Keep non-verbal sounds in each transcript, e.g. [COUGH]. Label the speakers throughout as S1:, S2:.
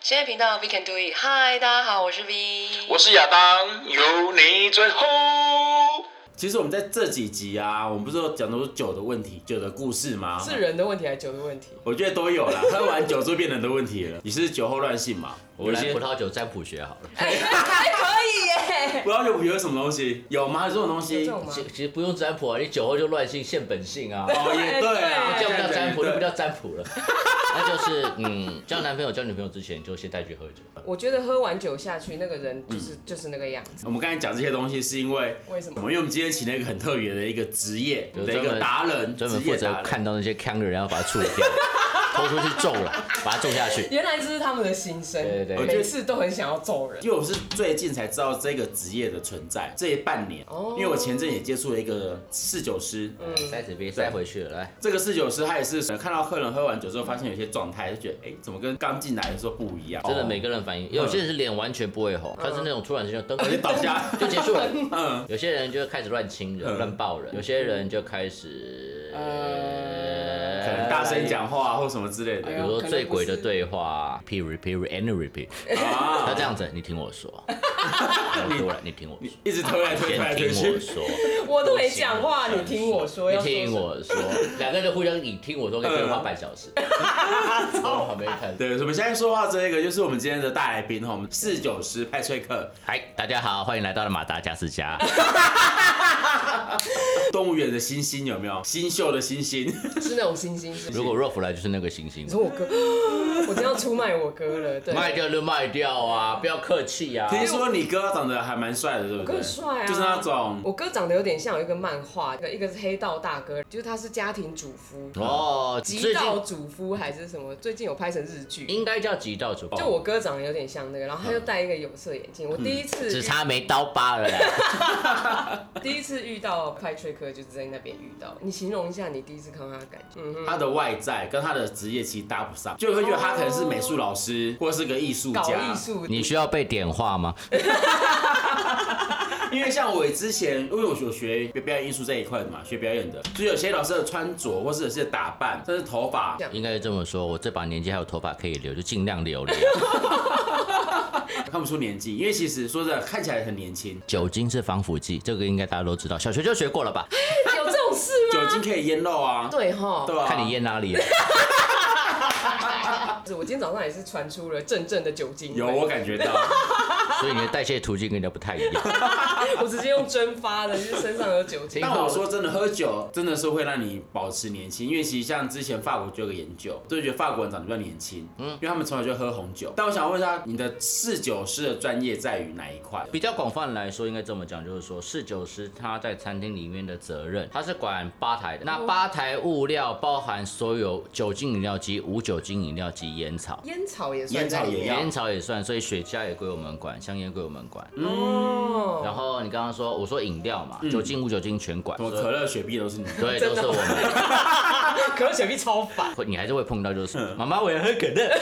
S1: 深夜频道 We Can Do It。嗨，大家好，我是 V。
S2: 我是亚当，有你最后。
S3: 其实我们在这几集啊，我们不是有讲到酒的问题、酒的故事吗？
S4: 是人的问题还是酒的问题？
S3: 我觉得都有
S4: [LAUGHS]
S3: 啦，喝完酒就变人的问题了。你是酒后乱性嘛？
S5: 我
S3: 我
S5: 来
S3: 先
S5: 葡萄酒占卜学好了。
S4: 还可以耶，
S3: 葡萄酒有什么东西？有吗？这种东
S4: 有
S5: 嗯
S3: 西？
S4: 这种
S3: 哦，
S4: 吗？哦
S5: 其其实不用占卜啊，你酒后就乱性现本性啊，
S3: 也对啊，
S4: 哎对
S5: 这样不叫
S3: 对
S5: 占卜，
S3: 对
S5: 就不叫占卜了。那就是嗯，交男朋友交女朋友之前就先带去喝酒。
S4: 我觉得喝完酒下去，那个人就是、
S5: 嗯
S4: 就是那个样子。
S3: 我们刚才讲这些东西是因为
S4: 为什么
S3: 我们因为我们今天请了一个很特别的一个职业
S5: 就是
S3: 的一
S5: 专
S3: 个
S5: 门
S3: 达人，
S5: 专门
S3: 职业
S5: 负责
S3: 达人
S5: 看到那些坑的人，然后把它处理掉，偷出去揍了，把它揍下去。
S4: 原来这是他们的心声，
S5: 对对对
S4: 每次都很想要揍人。
S3: 因为我是最近才知道这个职业的存在，这一半年，
S4: 哦
S3: 因为我前阵也接触了一个侍酒师，
S5: 塞纸杯塞回去了，来，
S3: 这个侍酒师他也是呃看到客人喝完酒之后，发现有些状态，就觉得哎、怎么跟刚进来的时候不一样？
S5: 真的每
S3: 哦，
S5: 个人反应，有些人是脸完全不会红，他是那种突然之间就
S3: 我就
S5: 灯
S3: 倒下，
S5: 就结束了。
S3: [LAUGHS] 嗯，
S5: 有些人就开始乱亲人、
S3: 嗯
S5: 乱抱人，有些人就开始
S3: 可
S4: 呃
S3: 哦能大声讲话啊或什么之类
S5: 比
S4: 哎
S3: 的
S4: 呦
S5: 如说醉鬼的对话，p 啊 repeat and repeat，
S3: 啊
S4: [LAUGHS]
S5: 他这，样子，你听我说，
S3: [LAUGHS]
S5: 啊我说了，你听我说，
S3: 一直推来推去来
S5: 先
S3: 推
S5: 听我
S3: 去，
S5: 说，
S4: 我都没讲话，你听我说，
S5: 啊你
S4: 要说
S5: 听我
S4: [LAUGHS]
S5: 说，两个人互相你听我说，可以对话半小时，我往旁边看。
S3: [LAUGHS] 对，我们现在说话这一个就是我们今天的大来宾哈，我们侍酒师派翠克，
S5: 嗨，大家好，欢迎来到了马达加
S4: [LAUGHS]
S5: 斯加，
S3: 动物园的星星有没有？新秀的星星，
S4: 是那种星星。
S5: 如果若弗来就是那个行星
S4: 你。说我哥，我真要出卖我哥了，对，
S5: 卖掉就卖掉啊，不要客气啊。
S3: 听说你哥长得还蛮帅的，对不
S4: 我哥
S3: 对？
S4: 很哎帅啊
S3: 就是那种
S4: 我哥长得有点像有一个漫画，一个一个是黑道大哥，就是他是家庭主夫，
S5: 哦，
S4: 极
S5: 最近
S4: 道主夫还是什么？最近有拍成日剧，
S5: 应该叫极道主播，
S4: 就我哥长得有点像那个，然后他就戴一个有色眼镜。我第一次
S5: 嗯只差没刀疤了啦。 [LAUGHS]
S4: 第一次遇到派崔克，就是在那边遇到。你形容一下你第一次看到他的感觉。嗯
S5: [LAUGHS]
S4: 哼，
S3: 他的外在跟他的职业其实搭不上，就会觉得他可能是美术老师或是个艺术
S4: 搞
S3: 家
S4: 艺。术，
S5: 你需要被点化吗？
S3: [LAUGHS] 因为像我之前，因为我有学表演艺术这一块的嘛，学表演的，就有些老师的穿着或是有些打扮，甚至头发
S4: 这，样
S5: 应该这么说，我这把年纪还有头发可以留，就尽量留留。
S3: 看不出年纪。因为其实说真的，看起来很年轻。
S5: 酒精是防腐剂，这个应该大家都知道，小学就学过了吧？
S4: 有这种事吗？
S3: 酒精可以腌肉啊，
S4: 对哈，
S3: 对啊，
S5: 看你咽哪里
S3: [LAUGHS]
S5: 了。啊
S4: 是我今天早上也是传出了阵阵的酒精味
S3: 有我感
S5: [LAUGHS]
S3: 觉到，
S5: 所以你的代谢途径跟人家不太一样。
S4: [LAUGHS] 我直接用蒸发的，就是身上有酒
S5: [LAUGHS]
S4: 精。
S3: 但我说真的，喝酒真的是会让你保持年轻，因为其实像之前法国就有个研究，就觉得法国人长得比较年轻，嗯，因为他们从小就喝红酒。但我想问一下，你的侍酒师的专业在于哪一块？
S5: 比较广泛来说，应该这么讲，就是说侍酒师他在餐厅里面的责任，他是管吧台的。那吧台物料包含所有酒精饮料机、无酒精饮料机、烟草。
S4: 烟草也算
S3: 烟
S4: 在
S3: 草
S4: 里
S3: 也
S4: 面
S3: 要
S5: 烟草也算，所以雪茄也归我们管，香烟归我们管。
S3: 嗯
S4: 哦。
S5: 嗯然后你刚刚说，我说饮料嘛，酒精、无酒精全管
S3: 什。嗯么可乐、雪碧都是你的。
S5: 对，都是我们。
S3: [LAUGHS]
S4: 可乐雪碧超烦，
S5: 会你还是会碰到，就是
S3: 嗯
S5: 妈妈，我要喝可乐。
S3: [LAUGHS]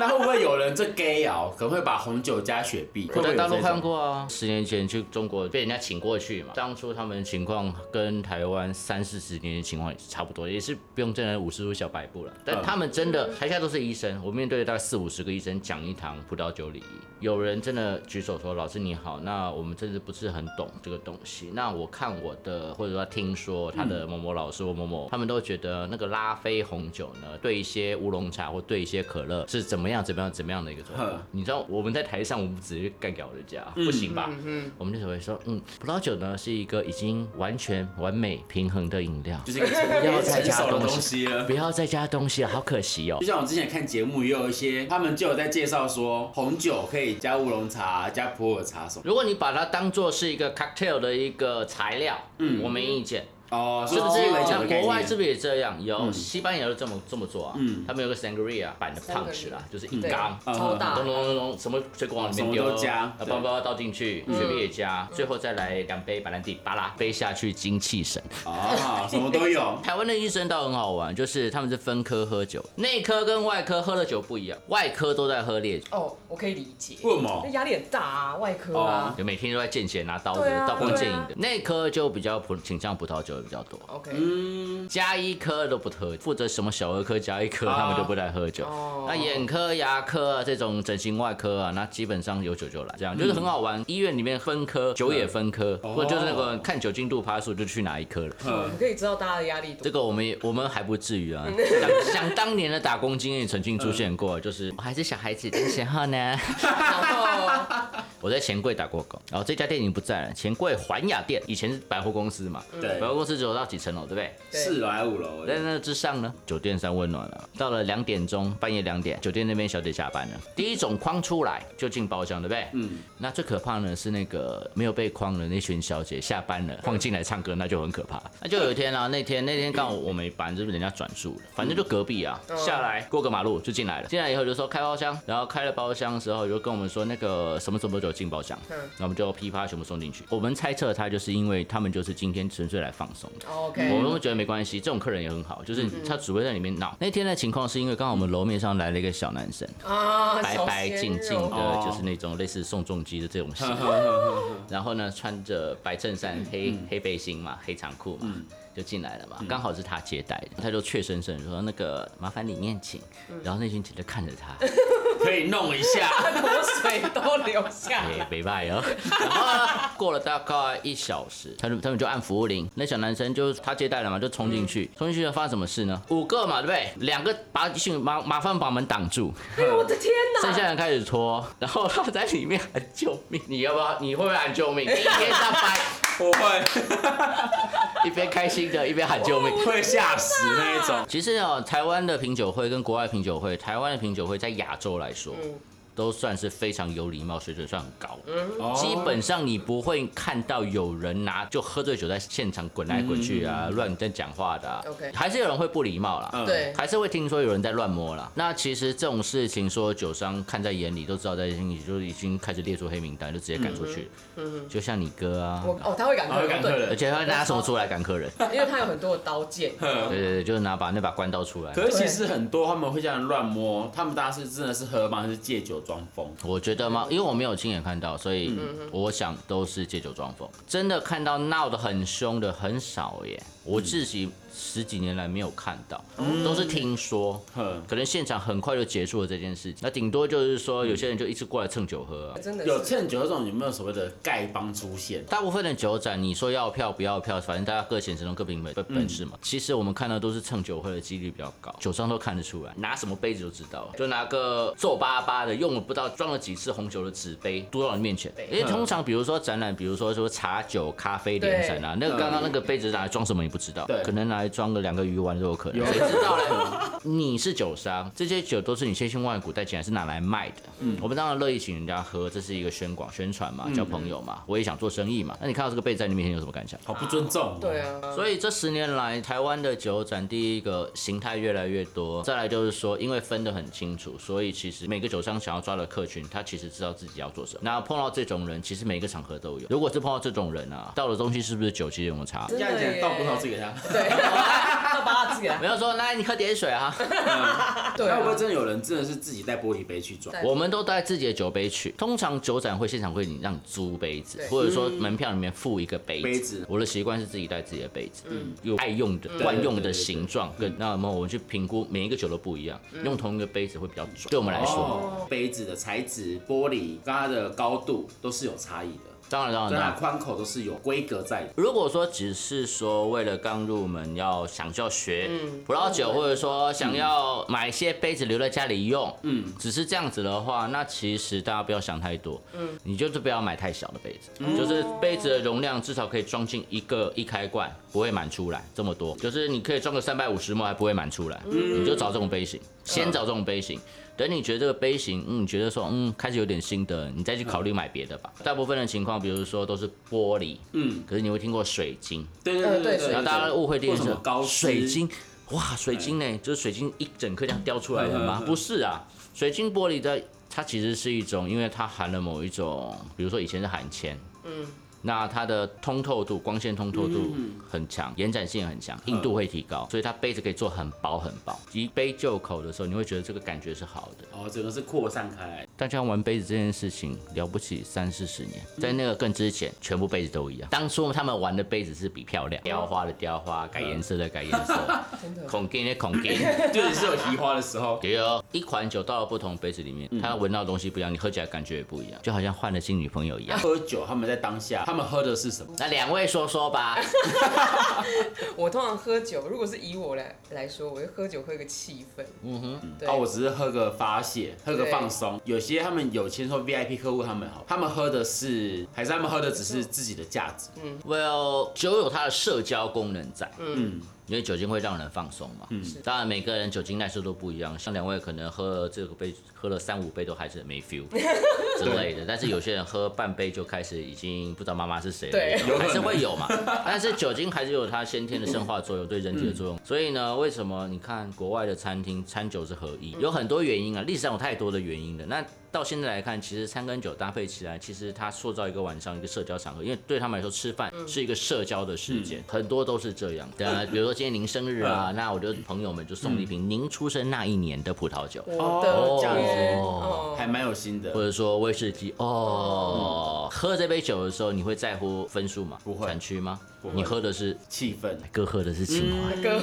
S3: 那会不会有人这 gay 啊，可能会把红酒加雪碧？
S5: 我在大陆看
S3: 过，
S5: 过啊，十年前去中国被人家请过去嘛。当初他们情况跟台湾三四十年前情况也是差不多，也是不用真人五十度小摆布了。但他们真的台下都是医生，我面对大概四五十个医生讲一堂葡萄酒礼仪。有人真的举手说：“老师你好，那我们真的不是很懂这个东西。那我看我的，或者说听说他的某某老师或某某，他们都觉得那个拉菲红酒呢，对一些乌龙茶或对一些可乐是怎么样怎么样怎么样的一个做法。
S3: 哼
S5: 你知道我们在台上，我们直接干掉人家，
S3: 嗯
S5: 不行吧？我们就只会说，嗯，葡萄酒呢是一个已经完全完美平衡的饮料，
S3: 就是一个不
S5: 要再加
S3: 的东
S5: 东西
S3: 西了。
S5: 不要再加东西了，好可惜
S3: [LAUGHS]
S5: 哦
S3: 就。像我之前看节目，也有一些他们就有在介绍说，红酒可以加乌龙茶、加普洱茶什么。
S5: 如果你把它当做是一个 cocktail 的一个材料，嗯，我没意见，
S3: 哦，
S5: 是不是
S3: 鸡尾？酒
S5: 像
S3: 的概
S5: 国外
S3: 念？
S5: 是不是也这样？有
S3: 嗯
S5: 西班牙都这么这么做啊，
S3: 嗯
S5: 他们有个 sangria 版的 punch 啦，就是一
S4: 对，
S5: 缸。
S4: 超大
S5: 咚。咚咚咚，什么水果往里
S3: 什
S5: 面
S3: 么
S5: 丢，
S3: 都加
S5: 啊
S3: 对
S5: 包包倒进去，雪碧也加，最后再来两杯白兰地，巴拉杯下去精气神。
S3: [LAUGHS] 啊，什么都 [LAUGHS] 有。
S5: 台湾的医生倒很好玩，就是他们是分科喝酒，内科跟外科喝的酒不一样，外科都在喝烈酒，
S4: 哦，我可以理解。
S5: 嗯
S3: 为什
S4: 那
S3: 么？
S4: 压力很大啊，外科啊。
S5: 就每天都在见血拿刀子
S4: 对啊
S5: 刀光剑影
S4: 对
S5: 的。内科就比较普倾向葡萄酒，的比较多。
S4: OK，
S3: 嗯，
S5: 加医科都不喝，负责什么小儿科、加医科，
S3: 啊
S5: 他们就不太喝酒。
S4: 哦
S5: 那眼科、牙科啊，这种整形外科啊，那基本上有酒就来，这样
S4: 嗯
S5: 就是很好玩。医院里面分科，酒也分科，
S3: 嗯
S5: 或者就是那
S3: 哦
S5: 个看酒精度趴数就去哪一科了。
S4: 我
S3: 嗯
S4: 可以知道大家的压力多
S5: 这个我们也我们还不至于啊，想想当年的打工经验曾经出现过，就是我还是小孩子的时候呢， [LAUGHS]
S4: 哦，
S5: 我在钱柜打过工，然后这家店已经不在了，钱柜环亚店以前是百货公司嘛，
S3: 对
S5: 百，货公司只有到几层楼，对不对？
S4: 对
S3: 四楼还是五 [LAUGHS] 楼？
S5: 在那之上呢，酒店三温暖了。到了两点钟，半夜两点，酒店那边小姐下班了。第一种框出来就进包厢，对不对？
S3: 嗯，
S5: 那最可怕呢是那个没有被框的那群小姐下班了，框进来唱歌，那就很可怕。那就有一天啊，那天那天刚好我没班，就是人家转述了，反正就隔壁啊，下来过个马路就进来了。进来以后就说开包厢，然后开了包厢的时候就跟我们说那个什么什么酒进包厢，
S4: 嗯
S5: 那我们就噼啪全部送进去。我们猜测他就是因为他们就是今天纯粹来放松的。
S4: OK，
S5: 我们会觉得没关系，这种客人也很好，
S4: 嗯
S5: 就是他只会在里面闹。那天的情况是因为刚好我们楼面上来了一个小男生，
S4: 啊，
S5: 白
S4: 小
S5: 白
S4: 鲜
S5: 净净
S4: 肉
S5: 的
S3: 哦，
S5: 就是那种类似宋仲基的这种型，
S4: [LAUGHS]
S5: 然后呢穿着白衬衫、黑
S4: 嗯
S5: 黑背心嘛，黑长裤嘛。就进来了嘛，刚好是他接待的，他就怯生生地说：“那个麻烦里面请。”
S4: 嗯
S5: 然后那群姐就看着他，
S3: 可以弄一 [LAUGHS] 下。
S4: 口水都流
S5: [LAUGHS]
S4: 下
S5: 哎，
S4: 来。
S5: 没卖哦。然后过了大概一小时，他们他们就按服务铃，那小男生就他接待了嘛，就冲进去，冲进去了发生什么事呢？五个嘛，对不对？两个把训麻麻烦把门挡 [LAUGHS] 住，
S4: 哎呦我的天
S5: 剩
S4: 哪！
S5: 下人开始搓，然后他在里面喊救命。你要不要？你会不会喊救命？一边上 [LAUGHS] 班，
S3: 我会 [LAUGHS]
S5: 一边开心的，一边喊救命。
S3: 会吓死那一种。
S5: 其实哦，台湾的品酒会跟国外品酒会，台湾的品酒会在亚洲来说，都算是非常有礼貌，水准算很高。
S3: 哦
S5: 基本上你不会看到有人拿就喝醉酒在现场滚来滚去啊，乱在讲话的、啊。
S4: OK
S5: 还是有人会不礼貌啦。
S3: 嗯
S4: 对，
S5: 还是会听说有人在乱摸啦。那其实这种事情，说酒商看在眼里，都知道在心里，就已经开始列出黑名单，就直接赶出去。嗯，就像你哥啊，
S4: 我哦，他会赶
S3: 他
S4: 客
S3: 会赶
S4: 人，
S3: 客
S5: 而
S3: 人
S5: 且他拿什么出来赶客人？
S4: 对，因为他有很多的刀剑。
S3: [LAUGHS]
S5: 对对对，就是拿把那把关刀出来。
S3: 可是其实很多他们会这样乱摸，他们大家是真的是喝吗？还是借酒装疯？
S5: 我觉得嘛，因为我没有亲眼看到，所以我想都是借酒装疯。真的看到闹得很凶的很少耶，我自己十几年来没有看到，都是听说。
S4: 嗯
S3: 哼，
S5: 可能现场很快就结束了这件事情，那顶多就是说有些人就一直过来蹭酒喝啊。
S4: 真的
S3: 有
S4: 是
S3: 趁酒这种有没有所谓的丐帮出现？
S5: 大部分的酒展，你说要票不要票，反正大家各显神通，各凭本
S3: 嗯
S5: 本事嘛。其实我们看到都是蹭酒喝的几率比较高，酒商都看得出来，拿什么杯子就知道了，就拿个皱巴巴的，用了不知道装了几次红酒的纸杯，嘟到你面前。因为
S3: 嗯
S5: 通常比如说展览，比如说说茶酒咖啡联展啊，那个刚刚那个杯子拿来装什么你不知道
S3: 对，
S5: 可能拿来装个两个鱼丸都有可能，
S3: 有
S5: 谁知道嘞？你是酒商，这些酒都是你千辛万苦带进来，是拿来卖的。嗯，我们当然乐意请人家喝，这是一个宣广、宣传嘛，交朋友嘛，我也想做生意嘛。那你看到这个杯在你面前有什么感想？
S3: 好不尊重哦。
S4: 对啊，
S5: 所以这十年来，台湾的酒展第一个形态越来越多，再来就是说，因为分得很清楚，所以其实每个酒商想要抓的客群，他其实知道自己要做什么。那碰到这种人，其实每个场合都有。如果是碰到这种人啊，倒的东西是不是酒，其实有没有差？
S4: 真
S3: 这样
S4: 的
S3: 讲
S4: 耶
S3: 倒葡萄汁给他，
S4: 对，他把他自己来，
S5: 没有说，那你喝点水啊。
S4: 对
S3: 那
S4: 啊
S3: 会不会真的有人真的是自己带玻璃杯去装？
S4: 对
S5: 我们都带自己的酒杯去，通常酒展会现场会你让你租杯子
S4: 对，
S5: 或者说门票里面附一个杯子。
S3: 嗯杯子
S5: 我的习惯是自己带自己的杯子，嗯，有爱用的、惯用的形状跟那么我们去评估每一个酒都不一样，
S4: 嗯
S5: 用同一个杯子会比较准。对我们
S4: 啊
S5: 来说，
S3: 哦，杯子的材质、玻璃跟它的高度都是有差异的，
S5: 当然当然
S3: 跟
S5: 当
S3: 它
S5: 然
S3: 的。宽口都是有规格在的。
S5: 如果说只是说为了刚入门要想要学葡萄酒，或者说想要买一些杯子留在家里用，嗯，只是这样子的话，那其实大家不要想太多，嗯，你就是不要买太小的杯子，就是杯子的容量至少可以装进一个一开罐，不会满出来这么多，就是你可以装个三百五十 ml 还不会满出来，你就找这种杯型，先找这种杯型。等你觉得这个杯型，嗯，你觉得说，嗯，开始有点心得，你再去考虑买别的吧。大部分的情况，比如说都是玻璃，
S3: 嗯，
S5: 可是你会听过水晶，
S3: 对对
S4: 呃
S3: 对
S4: 对
S3: 对对。
S4: 水
S5: 然后大家误会第一
S3: 为
S5: 是
S3: 什么高斯哎
S5: 水晶，哇，水晶呢，就是水晶一整颗这样雕出来的吗
S3: 嗯嗯嗯？
S5: 不是啊，水晶玻璃的它其实是一种，因为它含了某一种，比如说以前是含铅，嗯，那它的通透度、光线通透度
S3: 嗯
S5: 很强，延展性很强，硬度会提高，所以它杯子可以做很薄很薄。一杯就口的时候，你会觉得这个感觉是好的。
S3: 哦，整个是扩散开来，
S5: 大家玩杯子这件事情了不起三四十年，
S4: 嗯
S5: 在那个更之前，全部杯子都一样。当初他们玩的杯子是比漂亮，雕花的雕花，改颜色的改颜色，
S4: [LAUGHS] 真的
S5: 孔金的孔
S4: [LAUGHS]
S5: 金。
S3: 就是是有移花的时候，
S5: 也有一款酒到了不同杯子里面，
S4: 嗯
S5: 它闻到的东西不一样，你喝起来感觉也不一样，就好像换了新女朋友
S4: [LAUGHS]
S5: 一样。
S3: 喝酒他们在当下他们喝的是什么？
S5: 那两位说说吧，
S4: 我通常喝酒，如果是以我来来说，我就喝酒喝一个气氛。嗯哼，对，
S3: 哦，我只是喝个发泄，喝个
S4: 对
S3: 放松。有些他们有签说 VIP 客户他们好，他们喝的是还是他们喝的只是自己的价值，
S5: Well，酒有它的社交功能在，嗯，因为酒精会让人放松嘛，嗯，当然每个人酒精耐受度不一样，像两位可能喝了这个杯喝了三五杯都还是没 [LAUGHS] feel 之类的，但是有些人喝半杯就开始已经不知道妈妈是谁了
S4: 对
S5: 那种，还是会有嘛，但是酒精还是有它先天的生化作用，对人体的作用，所以呢，为什么你看国外的餐厅餐酒是合一，有很多原因啊，历史上有太多的原因了，那。到现在来看，其实餐跟酒搭配起来，其实它塑造一个晚上一个社交场合，因为对他们来说，吃饭
S3: 嗯
S5: 是一个社交的事件，很多都是这样。对啊，比如说今天您生日
S3: 嗯
S5: 啊，那我就朋友们就送了一瓶您出生那一年的葡萄酒，
S4: 我的
S3: 哦这样子
S4: 天
S5: 哦
S3: 还蛮有心
S5: 或
S3: 的。
S5: 者说威士忌哦。喝这杯酒的时候，你会在乎分数吗？
S3: 不会
S5: 产区吗
S3: 不？会
S5: 你喝的是
S3: 气氛
S5: 哥喝的是情怀。
S4: 哥，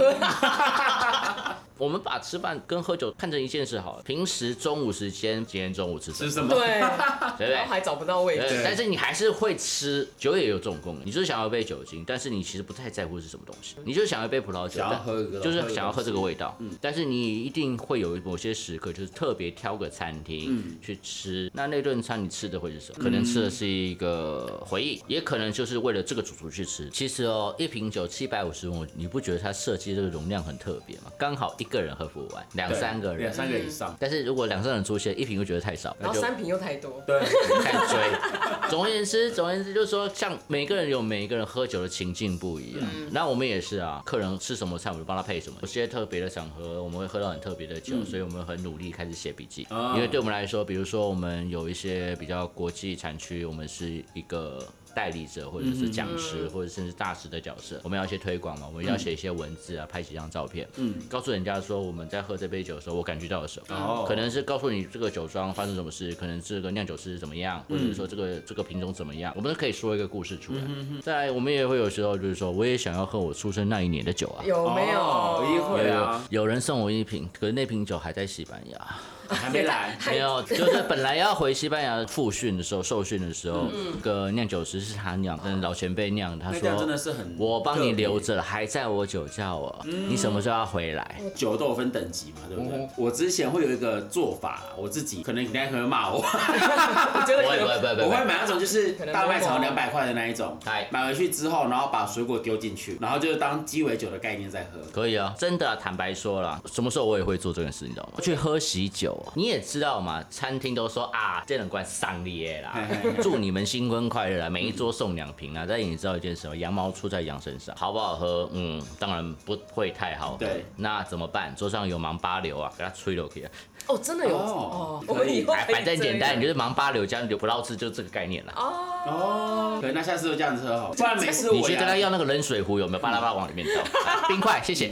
S5: 我们把吃饭跟喝酒看成一件事好了。平时中午时间，今天中午吃什
S3: 是
S5: 么？
S3: 什么？
S4: 对，
S5: 对不
S4: 然
S5: 对
S4: 后？还找不到位置，
S5: 对，但是你还是会吃酒，也有这种功能。你就是想要一杯酒精，但是你其实不太在乎是什么东西，你就是想要一杯葡萄酒，
S3: 想要
S5: 但
S3: 喝一个
S5: 就是
S3: 喝一个
S5: 想要喝这个
S3: 东西
S5: 味道。嗯，但是你一定会有某些时刻，就是特别挑个餐
S3: 嗯
S5: 厅去吃。那那顿餐你吃的会是什么？可能吃的是一个回忆，也可能就是为了这个主厨去吃。其实哦，一瓶酒七百五十五，你不觉得它设计这个容量很特别吗？刚好一个人喝不完，两
S3: 对
S5: 三个人
S3: 两。三个以上，
S5: 但是如果两三个人出现，一瓶就觉得太少，那
S4: 然
S5: 就
S4: 后三瓶又太多，
S3: 对，
S5: 太追。总而言之，总而言之，就是说，像每个人有每个人喝酒的情境不一样。那我们也是啊，客人吃什么菜，我们就帮他配什么。有些特别的场合，我们会喝到很特别的酒，所以我们很努力开始写笔记。
S3: 哦
S5: 因为对我们来说，比如说我们有一些比较国际产区，我们是一个。代理者或者是讲师，或者甚至大师的角色，我们要一些推广嘛，我们要写一些文字啊，拍几张照片，嗯，告诉人家说我们在喝这杯酒的时候，我感觉到了什么，
S3: 哦
S5: 可能是告诉你这个酒庄发生什么事，可能这个酿酒师怎么样，或者是说
S3: 嗯
S5: 这个这个品种怎么样，我们都可以说一个故事出来。再来，我们也会有时候就是说，我也想要喝我出生那一年的酒啊。
S4: 有没
S3: 哦一定
S4: 有？
S3: 会
S5: 有
S3: 啊，
S5: 有人送我一瓶，可是那瓶酒还在西班牙。
S3: 还没来，
S5: 没
S3: [LAUGHS]
S5: 有，就是本来要回西班牙复训的时候，受训的时候，那个酿酒师是他酿，但是老前辈酿，
S3: 嗯
S5: 他
S3: 那
S5: 说
S3: 这样真的是很
S5: 我帮你留
S3: 特嗯
S5: 着，还在我酒窖哦，你什么时候要回来？
S3: 别。酒都有分等级嘛，对不对？我之前会有一个做法啦，我自己可能你等一下可能会骂我，
S4: 我觉
S5: 不会
S4: 得
S5: 不会不会不
S3: 我会
S5: 会，
S3: 买那种就是
S4: 可能
S3: 大卖场
S4: 芒果
S3: 两百块的那一种
S5: 嗨，
S3: 买回去之后，然后把水果丢进去，然后就是当鸡尾酒的概念在喝。
S5: 可以啊，真的啊、坦白说了，什么时候我也会做这件事，你知道吗？去喝喜酒啊、你也知道嘛，餐厅都说啊，这人怪丧烈啦
S3: 嘿嘿嘿，
S5: 祝你们新婚快乐啊啦，每一桌送两瓶啊。但你知道一件事吗？羊毛出在羊身上，好不好喝？嗯，当然不会太好喝。
S3: 对
S5: 那怎么办？桌上有芒八流啊，给它吹了可以啊。
S4: 哦，真的有
S3: 哦可以
S4: 哦，我们以后
S5: 哎，
S4: 可以
S5: 反正简单，
S4: 这
S5: 你
S4: 样
S5: 就是芒八流加有葡萄汁，就这个概念了。
S4: 哦，
S3: 哦，可那下次就这样子喝好了，不然每次
S5: 你
S3: 我
S5: 去跟他
S3: 牙，
S5: 要那个冷水壶有没有？巴拉巴拉往
S3: [LAUGHS]
S5: 里面倒，啊冰块，谢谢。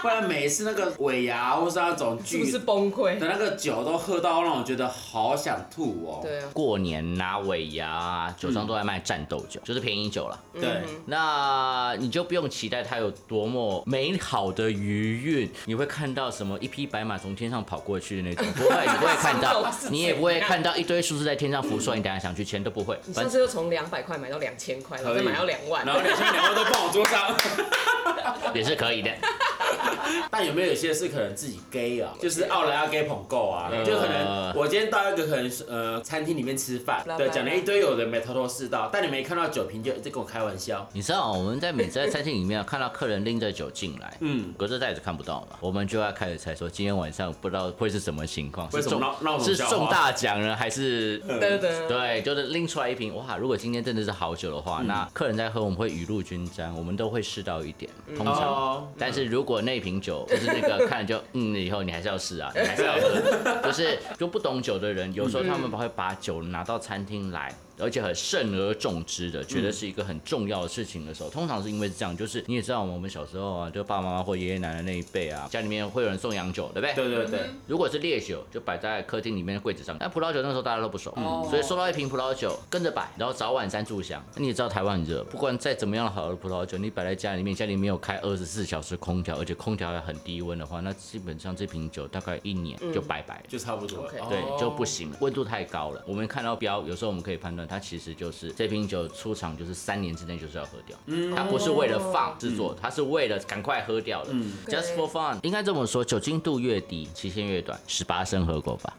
S3: 不然每次那个尾牙或是那种
S4: 是不
S3: 剧
S4: 是
S3: 的
S4: 崩溃？
S3: 那个酒都喝到让我觉得好想吐哦。
S4: 对啊，
S5: 过年拿尾牙啊，酒庄都在卖战斗酒，就是便宜酒了。
S4: 嗯
S3: 对，
S5: 那你就不用期待它有多么美好的余韵，你会看到什么一匹白马从天上跑过去
S4: [LAUGHS]
S5: 的那种，不会，你不会看
S4: 这
S5: 到
S4: 种是，
S5: 你也不
S4: 怎
S5: 会
S4: 样
S5: 看到一堆数字在天上浮出来，你等一下想去签都不会。
S4: 你
S5: 反
S4: 上
S5: 正
S4: 次就从两百块买到两千块，然后
S3: 可
S4: 再
S3: 以
S4: 买到两万，
S3: 然后两千两万都放我桌上。
S5: 也是可以的。
S3: 但有没有有些是可能自己 gay 啊，就是奥莱要 gay 捧够啊，
S5: 嗯
S3: 就可能我今天到一个可能是呃餐厅里面吃饭，
S4: 拜拜
S3: 对，讲了一堆有的没头头是道，但你没看到酒瓶就一直跟我开玩笑，
S5: 你知道我们在每次在餐厅里面啊看到客人拎着酒进来，
S3: 嗯
S5: 嗯，隔着袋子看不到嘛，我们就要开始猜说今天晚上不知道会是什么情况，
S3: 为
S5: 是
S3: 什么
S5: 中
S3: 闹闹什么
S5: 是
S3: 笑话
S5: 中大奖呢，还是？
S4: [LAUGHS]
S3: 呃
S4: 对对
S5: 对，就是拎出来一瓶，哇！如果今天真的是好酒的话，那客人在喝，我们会雨露均沾，我们都会试到一点，通常。
S3: 哦
S5: 但是如果那瓶酒就是那个看了就嗯，以后你还是要试啊，你还是要喝，就是就不懂酒的人，有时候他们会把酒拿到餐厅来。而且很慎而重之的，觉得是一个很重要的事情的时候，通常是因为这样，就是你也知道我们小时候啊，就爸爸妈妈或爷爷奶奶那一辈啊，家里面会有人送洋酒，对不对？
S3: 对对对，
S5: 如果是烈酒，就摆在客厅里面的柜子上。但葡萄酒那时候大家都不熟，
S4: 哦
S5: 所以收到一瓶葡萄酒，跟着摆，然后早晚三炷香。那你也知道台湾很热，不管再怎么样好的葡萄酒，你摆在家里面，家里没有开二十四小时空调，而且空调还很低温的话，那基本上这瓶酒大概一年就拜拜了。
S3: 就差不多了
S4: OK
S5: 对，就不。
S3: 哦
S5: 行了，温度太高了。我们看到标，有时候我们可以判断，它其实就是这瓶酒出厂就是三年之内就是要喝掉，它不是为了放制作，它是为了赶快喝掉的。Just for fun，应该这么说，酒精度越低，期限越短，十八升合狗吧，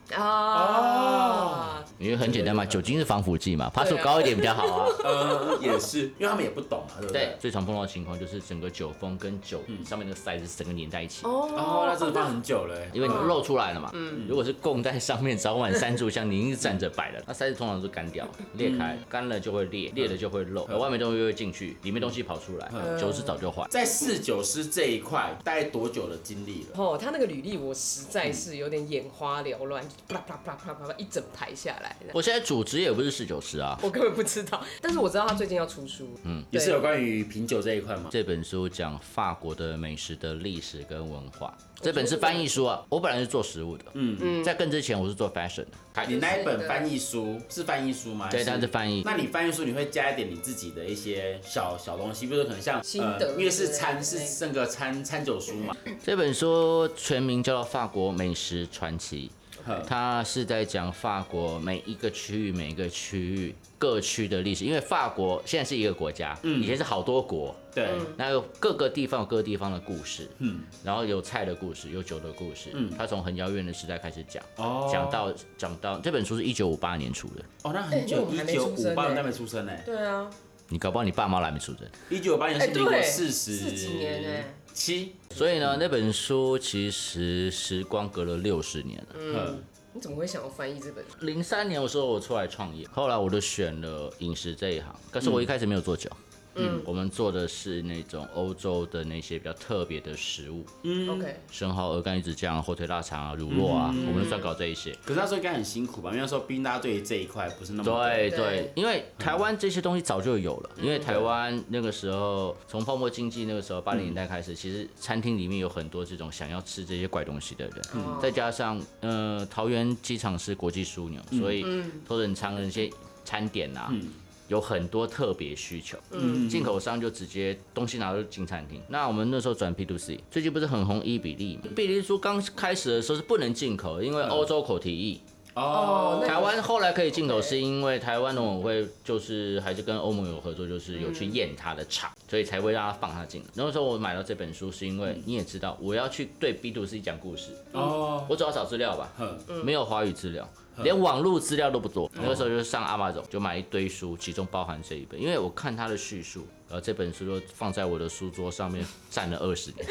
S4: 啊，
S5: 因为很简单嘛，酒精是防腐剂嘛，帕数
S4: 对啊
S5: 高一点比较好啊。
S3: 呃，也是，因为他们也不懂嘛，对啊不
S5: 对
S3: 对，？
S5: 最常碰到的情况就是整个酒封跟酒上面那个塞子整个粘在一起。
S3: 哦，那
S4: 哦，
S3: 真的放很久了欸，
S5: 因为你露出来了嘛。如果是供在上面，早晚三炷香，你一定是站着摆的，那塞子通常是干掉，裂开，干了就会裂，裂了就会漏，外面东西会进去，里面东西跑出来，酒是早就坏。
S3: 在侍酒师这一块，大概多久的经历了？
S4: 哦，他那个履历我实在是有点眼花缭乱，就啪啦啪啦啪啦啪啦啪啦一整排下来，
S5: 我现在主职也不是侍酒师啊。
S4: 我根本不知道。但是我知道他最近要出书，嗯，
S3: 也是有关于品酒这一块吗？
S5: 这本书讲法国的美食的历史跟文化，这本是翻译书啊。我本来是做食物的，嗯嗯，在更之前我是做 fashion 的，
S3: 你那一本翻译书是翻译书吗？
S5: 对，但是翻译。
S3: 那你翻译书你会加一点你自己的一些小小东西，比如说可能像呃
S4: 心得
S3: 因为是
S4: 之类的嗯
S3: 餐是那个餐餐酒书嘛，
S5: 这本书全名叫做《法国美食传奇》。
S3: 呵
S5: 它是在讲法国每一个区域、每一个区域各区的历史，因为法国现在是一个国家，以前是好多国，
S3: 对，
S4: 嗯
S5: 那有各个地方有各个地方的故事，嗯，然后有菜的故事，有酒的故事，嗯，它从很遥远的时代开始讲，
S3: 哦
S5: 讲到讲到这本书是一九五八年出的，
S3: 哦，那很
S4: 哎那
S3: 久，
S4: 我们还
S3: 一
S4: 没
S3: 九
S4: 出生
S3: 五
S4: 呢
S3: 八年还没出生呢，
S4: 对啊，
S5: 你搞不好你爸妈来没出生。
S3: 一九八年
S4: 哎
S3: 是民国
S4: 对
S3: 四十
S4: 四几年哎
S3: 七，
S5: 所以呢，那本书其实时光隔了六十年了。
S3: 嗯，
S4: 你怎么会想要翻译这本书？
S5: 零三年的时候我出来创业，后来我就选了饮食这一行，可是我一开始没有做酒。嗯，我们做的是那种欧洲的那些比较特别的食物，
S4: OK，
S5: 生蚝、鹅肝、鱼子酱、火腿腊肠啊、乳酪啊，我们就专搞这一些。
S3: 可是那时候应该很辛苦吧？因为那时候兵大家对于这一块不是那么
S5: 对
S4: 对
S5: 对，因为台湾这些东西早就有了，因为台湾那个时候从泡沫经济那个时候八零年代开始，其实餐厅里面有很多这种想要吃这些怪东西的人，再加上呃桃园机场是国际枢纽，所以头等舱的那些餐点啊。有很多特别需求，嗯，进口商就直接东西拿到进餐厅。那我们那时候转 P to C，最近不是很红伊比利嘛？嗯比利猪刚开始的时候是不能进口，因为欧洲口蹄疫，
S4: 哦
S3: 哦，
S4: 那
S5: 台湾后来可以进口，
S4: OK
S5: 是因为台湾农委会就是还是跟欧盟有合作，就是有
S4: 嗯
S5: 去验它的厂，所以才会让它放它进来。那时候我买到这本书，是因为你也知道，我要去对 B to C 讲故事，
S3: 哦，
S5: 我只要找资料吧，
S3: 哼，
S5: 没有华语资料，连网络资料都不多。那个时候就上阿玛总就买一堆书，其中包含这一本，因为我看它的叙述，然后这本书就放在我的书桌上面站了二十年。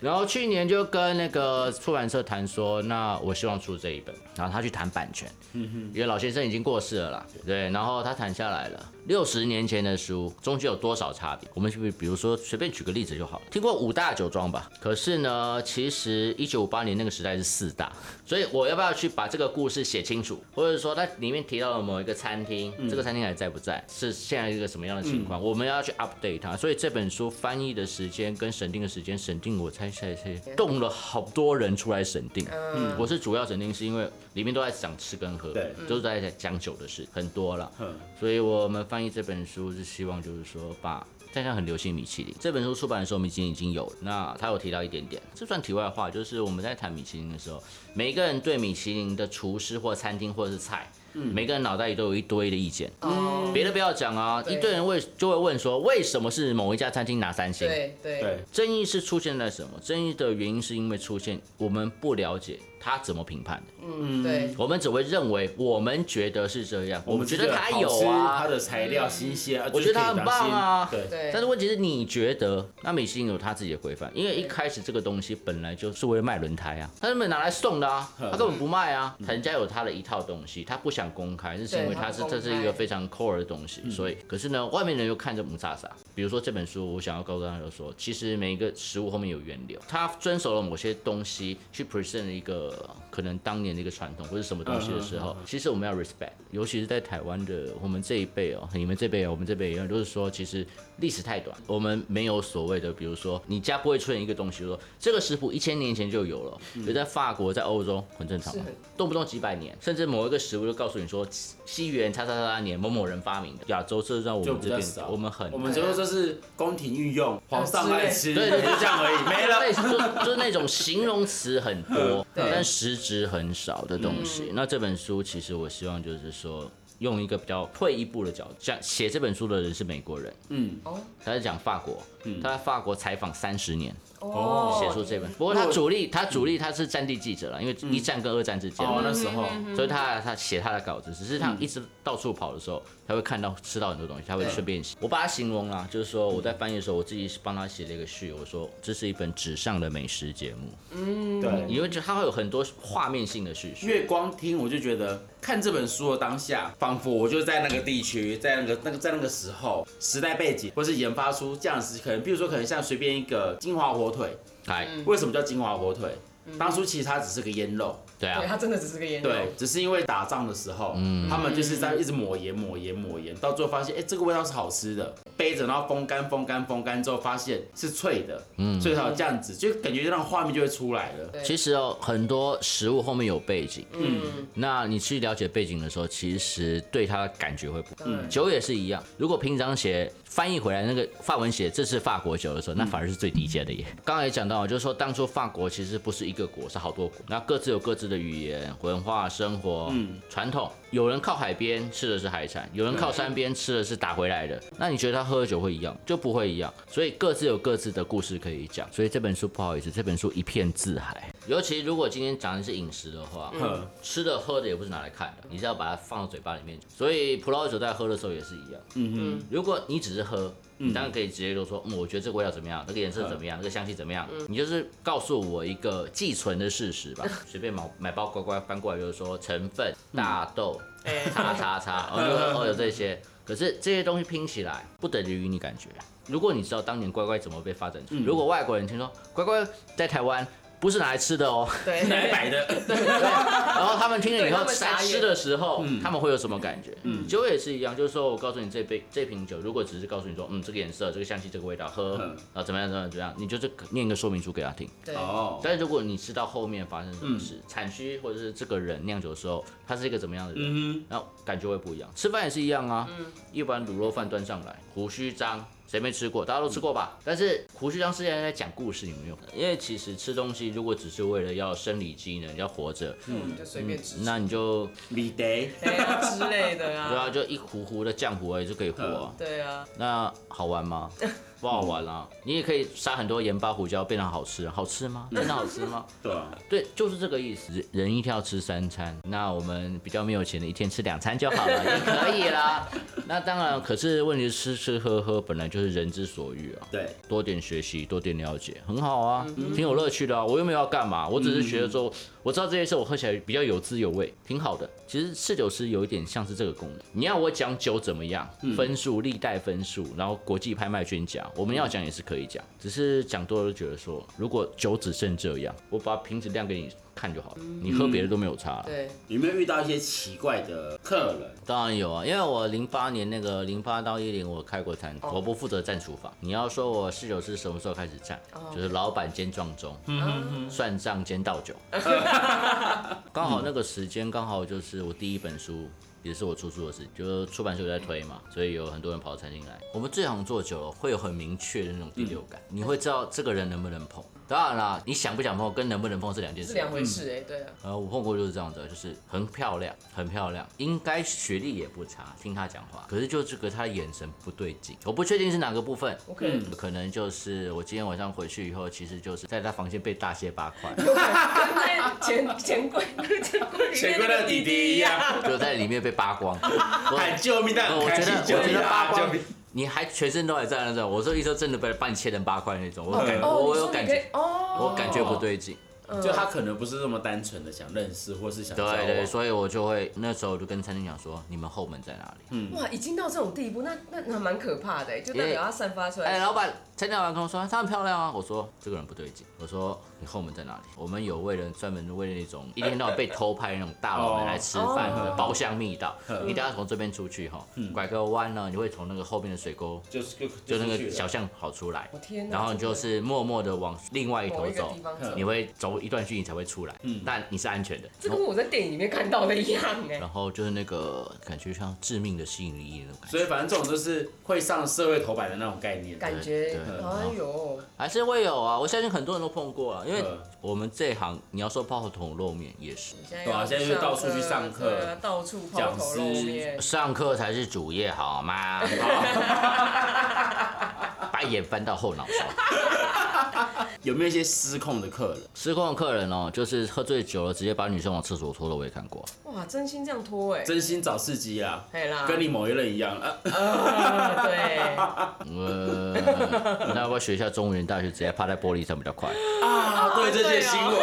S5: 然后去年就跟那个出版社谈说，那我希望出这一本，然后他去谈版权，因为老先生已经过世了啦，对，然后他谈下来了，六十年前的书中间有多少差别？我们比比如说随便举个例子就好了，听过五大酒庄吧？可是呢，其实一九五八年那个时代是四大，所以我要不要去把这个故事写清楚，或者说它里面提到了某一个餐厅，这个餐厅还在不在，是现在一个什么样的情况，我们要去 update 它。所以这本书翻译的时间跟审定的时间，审定我猜猜猜动了好多人出来审定。嗯，我是主要审定是因为里面都在讲吃跟喝，
S3: 对，
S5: 都是在讲酒的事，很多了。
S3: 哼，
S5: 所以我们翻译这本书是希望就是说把。现在很流行米其林，这本书出版的时候米其林已经有了。那他有提到一点点，这算题外话，就是我们在谈米其林的时候，每个人对米其林的厨师或餐厅或者是菜，每个人脑袋里都有一堆的意见。
S4: 哦，
S5: 别的不要讲啊，
S4: 对
S5: 一堆人为就会问说，为什么是某一家餐厅拿三星？
S4: 对对
S3: 对，
S5: 争议是出现在什么？争议的原因是因为出现我们不了解他怎么评判的，
S4: 对，
S5: 我们只会认为我们觉得是这样，我
S3: 我们
S5: 们觉得
S3: 它
S5: 他有
S3: 它
S5: 啊。嗯
S3: 的材料新鲜，啊
S5: 我觉得它很棒啊
S3: 就是可以拿新对，
S4: 对
S5: 但是问题是，你觉得那米其林有他自己的规范，因为一开始这个东西本来就是为了卖轮胎啊，他根本拿来送的啊，
S4: 嗯
S5: 他根本不卖啊。人家有他的一套东西，他不想公开，是因为
S4: 对他
S5: 他
S4: 不
S5: 是
S4: 公
S5: 这是一
S4: 开
S5: 个
S4: 嗯
S5: 非常 core 的东西，所以可是呢，外面人又看着母萨萨。比如说这本书，我想要告诉大家说，其实每一个食物后面有源流，它遵守了某些东西去 present 一个个可能当年的一个传统或者什么东西的时候，其实我们要 respect，尤其是在台湾的我们这一辈哦，你们这辈哦，我们这辈也都是说，其实历史太短，我们没有所谓的，比如说你家不会出现一个东西，说这个食谱一千年前就有了，
S3: 嗯
S5: 有在法国在欧洲很正常
S4: 是
S5: 嘛
S4: 很，
S5: 动不动几百年，甚至某一个食物就告诉你说西西元叉叉叉叉年某某人发明的，亚洲这让我
S3: 就
S5: 们
S3: 比
S5: 这
S3: 较
S5: 边
S3: 少。
S5: 我们很
S3: 我们只会说是宫廷御用，皇上爱吃，
S5: 对
S3: 就
S5: 对对
S3: 这样而已，没了。
S5: [LAUGHS]
S3: 嗯
S5: 类似就就是那种形容词很多，
S4: 对
S5: 但实质很少的东西。那这本书其实我希望就是说。用一个比较退一步的角度，像写这本书的人是美国人，
S3: 嗯，
S4: 哦
S5: 他在讲法国，他在法国采访三十年
S3: 哦
S5: 写出这本。不过他主力，他主力他是战地记者了，因为一战跟二战之间嘛，
S3: 嗯哦，那时候嗯
S5: 所以他他写他的稿子，只是他一直到处跑的时候，他会看到吃到很多东西，他会顺便写。我把它形容啦，就是说我在翻译的时候，我自己帮他写了一个序，我说这是一本纸上的美食节目，
S3: 对。
S5: 因为就它会有很多画面性的叙述。
S3: 月光听我就觉得，看这本书的当下，仿佛我就在那个地区，在那个那个在那个时候时代背景，或是研发出这样子，可能比如说可能像随便一个金华火腿，
S5: 哎，
S3: 为什么叫金华火腿？当初其实它只是个腌肉，
S5: 对
S4: 对，
S5: 啊，
S4: 它真的只是个烟
S3: 对，只是因为打仗的时候，
S5: 嗯
S3: 他们就是在一直抹盐、抹盐、抹盐，到最后发现，哎、这个味道是好吃的，背着然后风干、风干、风干之后，发现是脆的，
S5: 嗯
S3: 所以才有这样子，就感觉那种画面就会出来了。
S4: 对
S5: 其实哦，很多食物后面有背景，
S4: 嗯，
S5: 那你去了解背景的时候，其实对它的感觉会不一样。
S4: 当然
S5: 酒也是一样，如果平常写翻译回来那个法文写这是法国酒的时候，那
S4: 嗯
S5: 反而是最低阶的耶。刚刚也讲到，就是说当初法国其实不是一个国，是好多国，那各自有各自的语言、文化、生活、
S4: 嗯
S5: 传统。有人靠海边吃的是海产，有人靠山边吃的是打回来的。那你觉得他喝的酒会一样？就不会一样。所以各自有各自的故事可以讲。所以这本书不好意思，这本书一片自嗨。尤其如果今天讲的是饮食的话，
S3: [LAUGHS] 嗯
S5: 吃的喝的也不是拿来看的，你是要把它放到嘴巴里面。所以葡萄酒在喝的时候也是一样。
S3: 嗯
S5: 如果你只是喝，你当然可以直接就说，嗯，我觉得这个味道怎么样，那个颜色怎么
S3: 嗯
S5: 样，那个香气怎么样，你就是告诉我一个寄存的事实吧。
S3: [LAUGHS]
S5: 随便买买包乖乖翻过来就是说成分、大豆、
S3: 嗯
S4: 哎
S5: 叉叉
S3: [LAUGHS]
S5: 叉，哦，就是说哦有这些。可是这些东西拼起来不等于你感觉。如果你知道当年乖乖怎么被发展出，
S3: 嗯
S5: 如果外国人听说乖乖在台湾不是拿来吃的哦，
S4: 对
S3: 哼，来摆哎
S4: [LAUGHS]
S3: 的，
S5: 然后他们听了以
S4: 对
S5: 后
S4: 他，们
S5: 在
S4: 傻眼嗯
S5: 吃的时候，他们会有什么感觉？酒也是一样，就是说我告诉你这杯这瓶酒，如果只是告诉你说，嗯，这个颜色、这个香气、这个味道，喝
S3: 嗯
S5: 啊怎么样怎么样怎么样，你就是念一个说明书给他听。
S4: 对，
S3: 哦，
S5: 但是如果你知道后面发生什么
S4: 嗯
S5: 事，产区或者是这个人酿酒的时候，他是一个怎么样的人，
S3: 嗯
S5: 然后感觉会不一样。吃饭也是一样啊，
S4: 嗯
S5: 一碗卤肉饭端上来，胡须章。谁没吃过？大家都吃过
S4: 嗯
S5: 吧？但是胡须章是在讲故事，你们用。因为其实吃东西如果只是为了要生理机能、要活着，
S4: 那我嗯们就随便吃，
S5: 嗯那你就
S3: 哼，米德，
S4: 哎呀之类的
S5: [LAUGHS] 对啊，
S4: 啊，
S5: 就一壶壶的浆糊而已就可以糊啊。
S4: 对啊，
S5: 那好玩吗？不好玩啊！你也可以撒很多盐巴、胡椒，变成好吃，好吃吗？真的好吃吗？
S3: 对啊，
S5: 对，就是这个意思。人人一天要吃三餐，那我们比较没有钱的，一天吃两餐就好了，也可以啦。那当然，可是问题是吃吃喝喝本来就是人之所欲啊。
S3: 对，
S5: 多点学习，多点了解，很好啊，挺有乐趣的啊。我又没有要干嘛，我只是觉得说，我知道这些事，我喝起来比较有滋有味，挺好的。其实侍酒师有一点像是这个功能，你要我讲酒怎么样，分数、历代分数，然后国际拍卖均价，我们要讲也是可以讲，只是讲多了就觉得说，如果酒只剩这样，我把瓶子亮给你看就好了，你喝别的都没有差啊。
S4: 对，
S3: 有没有遇到一些奇怪的客人？
S5: 当然有啊，因为我零八年那个零八到一零我开过餐，
S4: 哦
S5: 我不负责站厨房。你要说我侍酒师什么时候开始站，
S4: 哦
S5: 就是老板兼撞钟，
S4: 嗯
S5: 算账兼倒
S4: [LAUGHS]
S5: 酒，刚好那个时间刚好就是我第一本书。也是我出书的事，就是出版社有在推嘛，所以有很多人跑到餐厅来。我们最行做酒会有很明确的那种第六感，
S4: 嗯
S5: 你会知道这个人能不能碰。当然啦，你想不想碰跟能不能碰是两件事
S4: 是。两回事哎，对啊，
S5: 呃，我碰过就是这样子的，就是很漂亮，很漂亮，应该学历也不差，听她讲话，可是就这个她的眼神不对劲，我不确定是哪个部分。嗯
S4: 我可能
S5: 可能就是我今天晚上回去以后，其实就是在她房间被大卸八
S4: [LAUGHS]
S5: 块，
S4: 跟钱钱柜钱柜里面
S3: 谁
S4: 那
S3: 跟
S4: 个
S3: 那
S4: 弟
S3: 弟
S4: 弟
S3: 弟
S4: 一
S3: 一
S4: 样，
S3: 样，
S5: 就在里面被
S4: [LAUGHS]
S5: 扒光。
S3: [LAUGHS] 喊救命！但
S5: 呃
S3: 很
S5: 我觉
S3: 开
S5: 得
S3: 心
S5: 我觉
S3: 救
S5: 得
S3: 命啊
S5: 扒
S3: 救
S5: 光
S3: 命！
S5: 你还全身都还在那种，我说一说真的被把你切成八块那种，我感
S3: 哦
S5: 我
S4: 哦，
S5: 我
S4: 你
S5: 有
S4: 说
S5: 感
S4: 你可以
S5: 觉，
S4: 哦，
S5: 我感觉不对劲。
S4: 嗯
S3: 就他可能不是这么单纯的想认识，或是想交往
S5: 对对，所以我就会那时候我就跟餐厅讲说，你们后门在哪里？
S4: 哇，已经到这种地步，那那那蛮可怕的欸，就代
S5: 因为
S4: 表他散发出来，
S5: 哎、老板，参加完跟我说她很漂亮啊，我说这个人不对劲，我说你后门在哪里？我们有为了专门为了那种一天到晚被偷拍那种大佬们来吃饭
S3: 哦
S5: 的包厢密道
S4: 哦
S3: 嗯，
S5: 你等下从这边出去哈，
S4: 嗯
S5: 拐个弯呢，你会从那个后面的水沟。
S3: 就是就
S5: 就那
S3: 出去
S5: 个
S3: 了
S5: 小巷跑出来
S4: 我，天哪！
S5: 然后你就是默默的往另外一
S4: 真的某
S5: 头
S4: 一个
S5: 哎走嗯
S4: 地，方走，
S5: 你会走一段距离才会出来，
S3: 嗯
S5: 但你是安全的。
S4: 这
S5: 然
S4: 跟
S5: 后
S4: 我在电影里面看到的一样哎
S5: 然。后就是那个感觉像致命的吸引力那种感
S3: 所以
S5: 觉，
S3: 反正这种就是会上社会头版的那种概念。
S4: 感觉
S5: 对对
S4: 哎呦，
S5: 还是会有啊。我相信很多人都碰过啊，因为
S3: 嗯
S5: 我们这一行，你要说泡桶露面也是，
S4: 你现在
S3: 对啊
S4: 要
S3: 现在就是到处去上课
S4: 对啊到处抛头露面，
S5: 上课才是主业好吗？把眼翻到后脑勺。
S3: 有没有一些失控的客人？
S5: 失控的客人哦，就是喝醉酒了，直接把女生往厕所拖的，我也看过。
S4: 哇，真心这样拖哎，
S3: 真心找刺激啦，
S4: 嘿啊啦，
S3: 跟你某一任一样啊，
S4: 啊 [LAUGHS] 对，
S5: 呃，那要不要学一下中原大学，直接趴在玻璃上比较快？
S4: 哦
S3: 啊对这些新闻，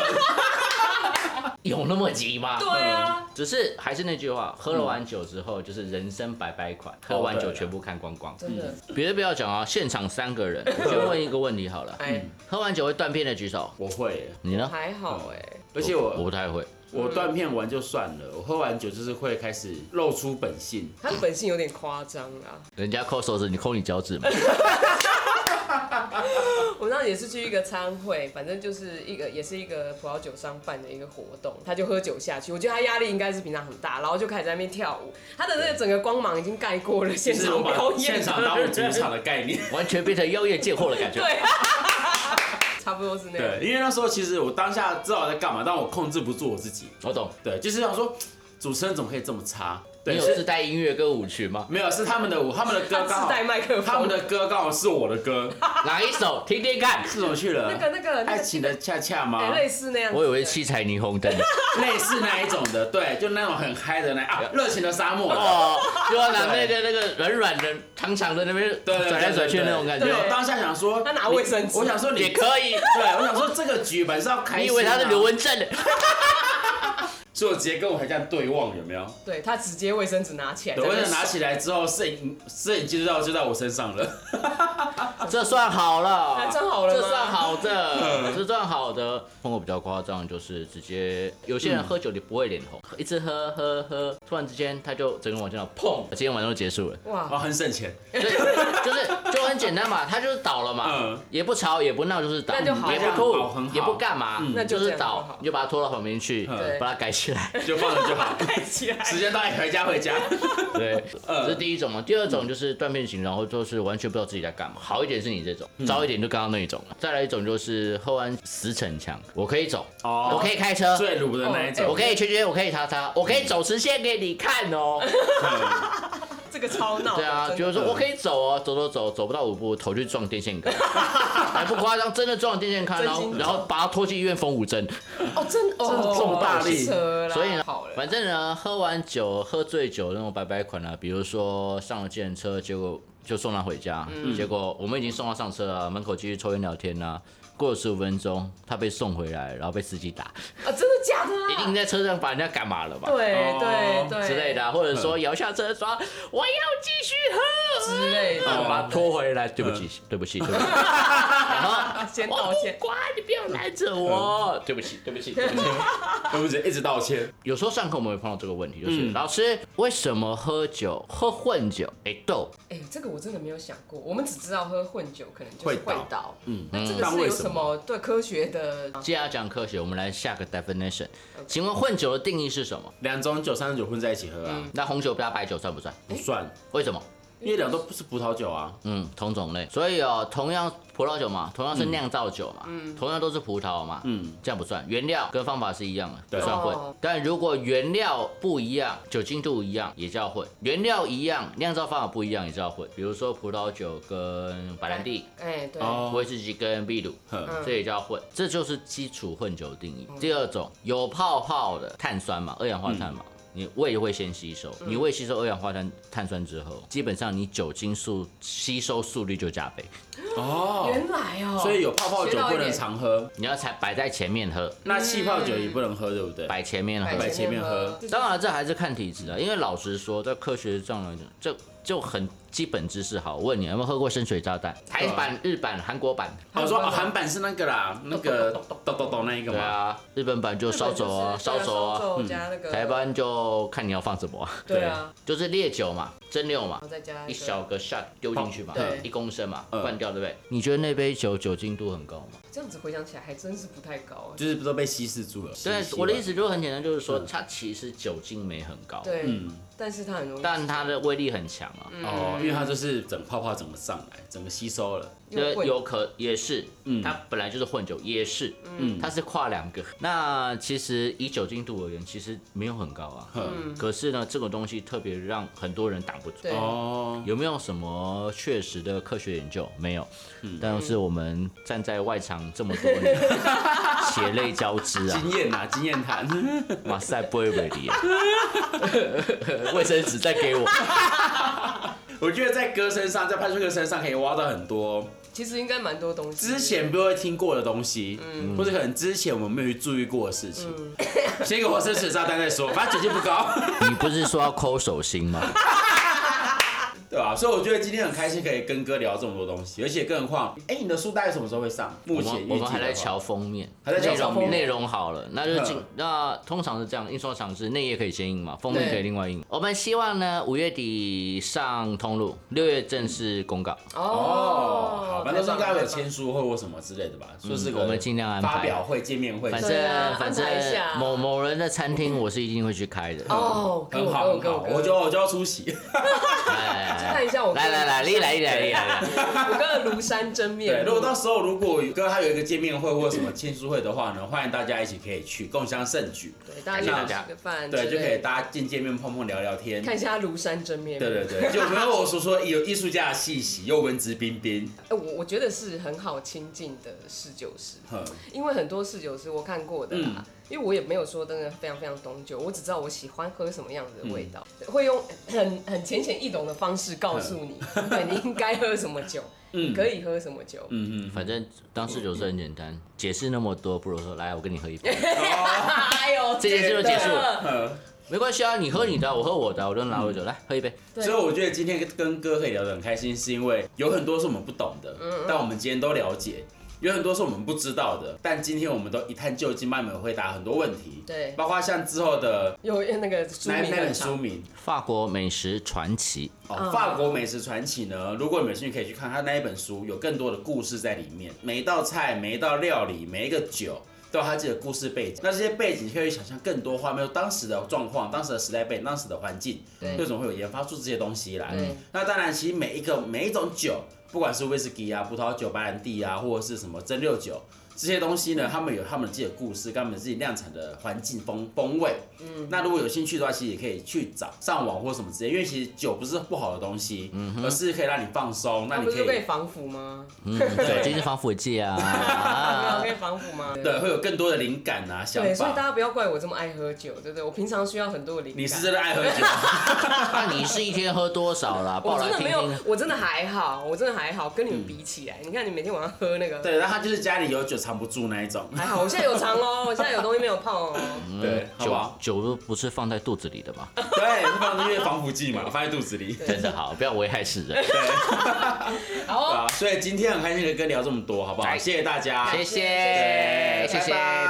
S4: [LAUGHS]
S5: 有那么急吗？
S4: 对啊，
S5: 只是还是那句话，喝了完酒之后就是人生百百款，喝完酒全部看光光。
S4: 真的，
S5: 别的不要讲啊，现场三个人，我先问一个问题好了，
S4: 哎，
S5: 喝完酒会断片的举手，
S3: 我会，
S5: 你呢？
S4: 还好哎，
S3: 而且
S5: 我
S3: 我
S5: 不太会，
S3: 我断片完就算了，我喝完酒就是会开始露出本性，
S4: 他的本性有点夸张啊。
S5: 人家抠手指，你抠你
S3: [LAUGHS]
S5: 脚趾嘛。
S4: 我那也是去一个餐会，反正就是一个也是一个葡萄酒商办的一个活动，他就喝酒下去，我觉得他压力应该是平常很大，然后就开始在那边跳舞，他的那个整个光芒已经盖过了现
S3: 就是我
S4: 场表
S3: 把
S4: 演，
S3: 现场当我主，场的概
S4: [LAUGHS]
S3: 念。
S5: 完全变成妖艳贱货的感觉。
S4: 对， [LAUGHS] 差不多是那样。
S3: 对，因为那时候其实我当下知道我在干嘛，但我控制不住我自己。
S5: 我懂。
S3: 对，就是想说，主持人怎么可以这么差？
S5: 你
S3: 对，
S5: 有
S3: 是
S5: 自带音乐歌舞曲吗？
S3: 没有是他们的舞，他们的歌
S4: 他
S3: 刚
S4: 自
S3: 好，
S4: 带麦克
S3: 他们
S4: 风，
S3: 的歌刚好是我的歌，
S5: 哪一首？听听看。
S3: 是怎么去了？
S4: 那个那个那个
S3: 爱情的恰恰
S4: 哎、
S3: 吗？
S4: 类似那样子。
S5: 我以为七彩霓虹灯。
S3: [LAUGHS] 类似那一种的，对，就那种很嗨的那啊，热情的沙漠。
S5: 哦，就要拿那个那个软软的、长长的那边
S3: 对对对
S5: 转来转去那种感
S3: 没
S4: 对。
S5: 觉
S3: 有，当下想说，
S4: 他拿卫生纸
S3: 我想说你
S5: 也可以，
S3: 对，我想说这个局本是要开、啊，
S5: 你以为他是刘，文正的？
S3: 所以我直接跟我台这样对望，有没有？
S4: 对他直接卫生纸拿起来，
S3: 对，我想
S4: 在那边
S3: 拿起来之后，摄影摄影机就到就在我身上了，
S5: 这算好了，
S4: 啊这好了吗
S5: 这算好的，这算好的。碰过比较夸张，就是直接有些人喝酒你不会脸红，一直喝喝喝，突然之间他就整个往前上砰，今天晚上就结束了。
S3: 哦，
S4: [LAUGHS] 哇，
S3: 很省钱，
S5: 对，就是就很简单嘛，他就是倒了嘛
S3: 嗯，
S5: 也不吵也不闹，就是倒，
S4: 那就好
S5: 也
S4: 很
S5: 不
S3: 好很
S5: 吐
S3: 好
S5: 也不干嘛，
S4: 那就这
S5: 就是
S4: 样就
S5: 倒
S4: 好，
S5: 你就把他拖到旁边去
S4: 对，
S5: 把他改起 [LAUGHS] 来。
S3: 就放了就 [LAUGHS] 好。
S4: 盖起来，
S3: 时间到，你回家回家。
S5: 对，
S3: 嗯
S5: 这是第一种嘛。第二种就是断片型，然后就是完全不知道自己在干嘛。好一点是你这种，糟一点就刚刚那一种了。再来一种就是喝完死逞强，我可以走，
S3: 哦
S5: 我可以开车，
S3: 最鲁的那一
S4: 哎
S3: 种
S5: 我，可以圈圈，我可以叉叉，我可以走直线给你看哦。
S3: 嗯
S4: 这个超闹的。
S5: 对啊，
S4: 真的
S5: 就是说我可以走哦，走走走，走不到五步，头去撞电
S4: [LAUGHS]
S5: 线杆，还不夸张，真的撞电线杆，然
S4: 真
S5: 后
S4: 心
S5: 然后把他拖去医院缝五针。
S4: 哦，真哦，
S3: 重大力
S4: 扯啦
S5: 所以呢
S4: 好了，
S5: 反正呢，喝完酒、喝醉酒那种白白款啊，比如说上了计程车，结果就送他回家，
S4: 嗯
S5: 结果我们已经送他上车啊了，门口继续抽烟聊天啦、过了十五分钟，他被送回来，然后被司机打，
S4: 啊，真的假的
S5: 一
S4: 啊？
S5: 定在车上把人家干嘛了吧？
S4: 对啊
S3: 哦
S4: 对对
S5: 之类的啊、或者说摇下车说我要继续喝，
S4: 之类
S5: 然后
S4: 的，
S5: 把他拖回来，对不起，对不起，对不起，然
S3: 哦
S5: 后
S4: [LAUGHS] 先
S5: 我
S4: 道歉
S5: 不。管你不要拦着我，对不起，对不起，对不起。
S3: 对不起，一直道歉。
S5: 有时候上课我们会碰到这个问题，就是、
S3: 嗯
S5: 老师为什么喝酒喝混酒？哎、豆，
S4: 哎、这个我真的没有想过，我们只知道喝混酒可能就是
S3: 会
S4: 会
S3: 倒
S4: 倒，
S3: 嗯
S4: 嗯，那这个
S3: 但
S4: 是
S3: 为
S4: 有
S3: 什
S4: 什么对科学的？
S5: 既然要讲科学，我们来下个 definition。请问混酒的定义是什么？
S3: 两种酒、三种酒混在一起喝啊，
S5: 那红酒加白酒算不算？
S3: 不算，
S5: 为什么？
S3: 因为两都不是葡萄酒啊。
S5: 嗯，同种类，所以哦，同样葡萄酒嘛，同样是酿造酒嘛，同样都是葡萄嘛，
S3: 嗯，
S5: 这样不算，原料跟方法是一样的，
S3: 对
S5: 不算混。
S4: 哦
S5: 但如果原料不一样，酒精度一样，也叫混；原料一样，酿造方法不一样，也叫混。比如说葡萄酒跟白兰地，
S4: 哎、对，
S3: 哦
S5: 威士忌跟秘鲁，
S3: 哼，
S5: 这也叫混，这就是基础混酒定义。第二种有泡泡的碳酸嘛，二氧化碳嘛，你胃会先吸收，你胃吸收二氧化碳碳酸之后，基本上你酒精速吸收速率就加倍。
S3: 哦，
S4: 原来哦，
S3: 所以有泡泡酒
S4: 学到一
S3: 不能
S4: 点
S3: 常喝，
S5: 你要才摆在前面喝，
S3: 那气泡酒也不能喝，对不对？
S5: 摆前面喝。
S3: 摆前面喝
S4: 这是
S5: 当然，这还是看体质啊，因为老实说，在科学上来讲，这就很基本知识好。我问你，有没有喝过生水炸弹？台版、日版、韩国版？
S3: 我说哦，韩版是那个啦，那个咚咚咚那一个
S5: 对
S3: 嘛。
S5: 啊，日本版就烧酒
S3: 哦
S5: 啊，
S4: 日本
S5: 烧
S4: 就是
S5: 酒啊。
S3: 嗯
S4: 对加那个
S5: 台湾就看你要放什么啊，
S4: 对啊，
S5: 就是烈酒嘛，蒸馏嘛
S4: 然后，再加个
S5: 一小个 shot 丢进去嘛
S4: 对，
S5: 一公升嘛，
S3: 嗯
S5: 灌掉对不对？你觉得那杯酒酒精度很高吗？
S4: 这样子回想起来还真是不太高哎。
S3: 就是都被稀释住了。
S5: 对
S3: 稀，释
S5: 我的意
S3: 了，
S5: 思就很简单，就是说
S3: 嗯
S5: 它其实酒精没很高，，
S4: 欸对
S3: 嗯，
S4: 但是它很容易，
S5: 但它的威力很强啊。
S3: 哦，因为它就是整泡泡整个上来，整个吸收了。
S4: 又
S5: 对，
S4: 会
S5: 有可也是，
S3: 嗯
S5: 它本来就是混酒，也是，它是跨两个。那其实以酒精度而言，其实没有很高啊。
S3: 嗯
S5: 可是呢，这种东西特别让很多人挡不住
S4: 对。
S3: 哦，
S5: 有没有什么确实的科学研究？没有。
S3: 嗯
S5: 但是我们站在外场这么多
S3: [LAUGHS]
S5: 年，血泪交织啊，
S3: 经验呐，经验谈。
S5: 哇塞，不会为敌啊！ [LAUGHS] 卫生纸再给我。
S3: 我觉得在哥身上，在潘帅哥身上可以挖到很多
S4: 其实应该蛮多东西。
S3: 之前不会听过的东西，或者可能之前我们没有注意过的事情。先给我生水炸弹再说，反正酒精不高，
S5: 你不是说要抠手心吗？
S3: 对吧？所以我觉得今天很开心可以跟哥聊这么多东西，而且更何况，哎，你的书大概什么时候会上？目
S5: 我
S3: 前
S5: 们
S3: 预计
S5: 我们还
S3: 的
S5: 在
S3: 话
S5: 瞧封面，
S3: 还在瞧
S5: 内容
S3: 封面
S5: 内容好了，那就进
S3: 嗯
S5: 那通常是这样，印刷厂是内页可以先印嘛，封面
S4: 对
S5: 可以另外印。我们希望呢五月底上通路，六月正式公告。
S3: 哦，好，反正
S4: 太
S3: 应
S4: 棒
S3: 该
S4: 了
S3: 有签书会或什么之类的吧，说是个
S5: 嗯我们尽量安排
S3: 发表会、见面会，
S5: 反
S4: 对啊
S5: 正反正
S4: 安排一下
S5: 某某人的餐厅我是一定会去开的。
S4: 哦，跟
S3: 很
S4: 我
S3: 好很
S4: 跟
S3: 好，
S4: 我跟
S3: 我就我就要出
S4: [LAUGHS]
S3: 席。
S5: 看
S4: 看一下我
S5: 来来来，历来历来历来，历来
S4: 我跟庐山真面
S3: 对，
S4: 目。
S3: 如果到时候如果跟他有一个见面会或什么签书会的话呢，欢迎大家一起可以去共襄盛举，
S4: 对大
S5: 感谢
S4: 家
S5: 大
S4: 一起
S5: 家
S4: 吃个饭之
S3: 对，
S4: 类的，
S3: 就可以大家见见面、碰碰、聊聊天。
S4: 看一下庐山真面目。
S3: 对对对，
S4: [LAUGHS]
S3: 就没有我所说有艺术家的气息，又文质彬彬。
S4: 哎，我我觉得是很好亲近的侍酒师，
S3: 哼，
S4: 因为很多侍酒师我看过的
S3: 嗯
S4: 啦，因为我也没有说真的非常非常懂酒，我只知道我喜欢喝什么样子的味道，
S3: 嗯
S4: 会用很很浅显易懂的方式告诉你，对你应该喝什么酒，你可以喝什么酒。
S3: 嗯嗯，
S5: 反正当侍酒是很简单，解释那么多，不如说来我跟你喝
S4: [LAUGHS]
S5: 一杯，
S3: 哦
S4: 哎
S3: [LAUGHS]
S4: 呦，
S5: 这件事就结束了
S4: 真的。
S3: 哼
S5: 没关系啊，你喝你的，我喝我的，我就拿我酒来喝一杯。
S4: 嗯对
S3: 所以我觉得今天跟哥可以聊得很开心，是因为有很多是我们不懂的，
S4: 嗯
S3: 但我们今天都了解；有很多是我们不知道的，但今天我们都一探究竟，帮你们回答很多问题。
S4: 对
S3: 包括像之后的
S4: 有那个书
S3: 那
S4: 名
S3: 那
S4: 很
S3: 本书
S4: 长，
S3: 名
S5: 法国美食传
S4: [LAUGHS]
S5: 奇，
S3: 哦，
S4: 嗯
S3: 法国美食传奇》呢，如果你们有兴趣，可以去看它那一本书，有更多的故事在里面。每一道菜、每一道料理、每一个酒。都有它自己的故事背景，那这些背景你可以想象更多画面，当时的状况、当时的时代背景、当时的环境，
S4: 对
S3: 为什么会有研发出这些东西来
S4: 对？
S3: 那当然，其实每一个每一种酒，不管是威士忌啊、葡萄酒、白兰地啊，或者是什么蒸馏酒，这些东西呢，他们有他们自己的故事，跟他们自己量产的环境风风味。嗯，那如果有兴趣的话，其实也可以去找上网或什么之类，因为其实酒不是不好的东西，而是可以让你放松，
S4: 它
S3: 那你
S4: 嗯啊不是
S3: 可
S4: 都可以
S3: 以。
S4: 防腐吗？
S5: 嗯，酒精是防腐
S4: [LAUGHS]
S5: 剂
S4: 啊， [LAUGHS]
S5: 啊
S4: 可。以防腐吗？
S3: 对，会有更多的灵感啊，想
S4: 对，所以大
S3: 法。
S4: 家不要怪我这么爱喝酒，对不对？我平常需要很多灵感。
S3: 你是真的爱喝
S4: [LAUGHS]
S3: 酒，
S5: 那你是一天喝多少啦？
S4: 我
S5: 报
S4: 真
S5: 来
S4: 的
S5: 听
S4: 没有
S5: 听。，
S4: 我真的还好，我真的还好，跟你们比起来，你看你每天晚上喝那个，
S3: 对，然后他就是家里有酒藏不住那一种，
S4: 还好，我现在有
S3: [LAUGHS]
S4: 藏哦，我现在有东西没有泡哦。
S3: 对，好不
S5: 酒
S3: 好？
S5: 酒都不是放在肚子里的
S4: [LAUGHS]
S5: 嘛，
S3: 对，是放因为防腐剂嘛，放在肚子里。
S5: 真的好，不要危害世人。
S4: 好哦，
S3: 啊，所以今天很开心的跟聊这么多，好不好？
S5: 哎
S3: 谢谢大家，
S5: 谢谢，
S3: 对
S5: 谢谢
S3: 拜。拜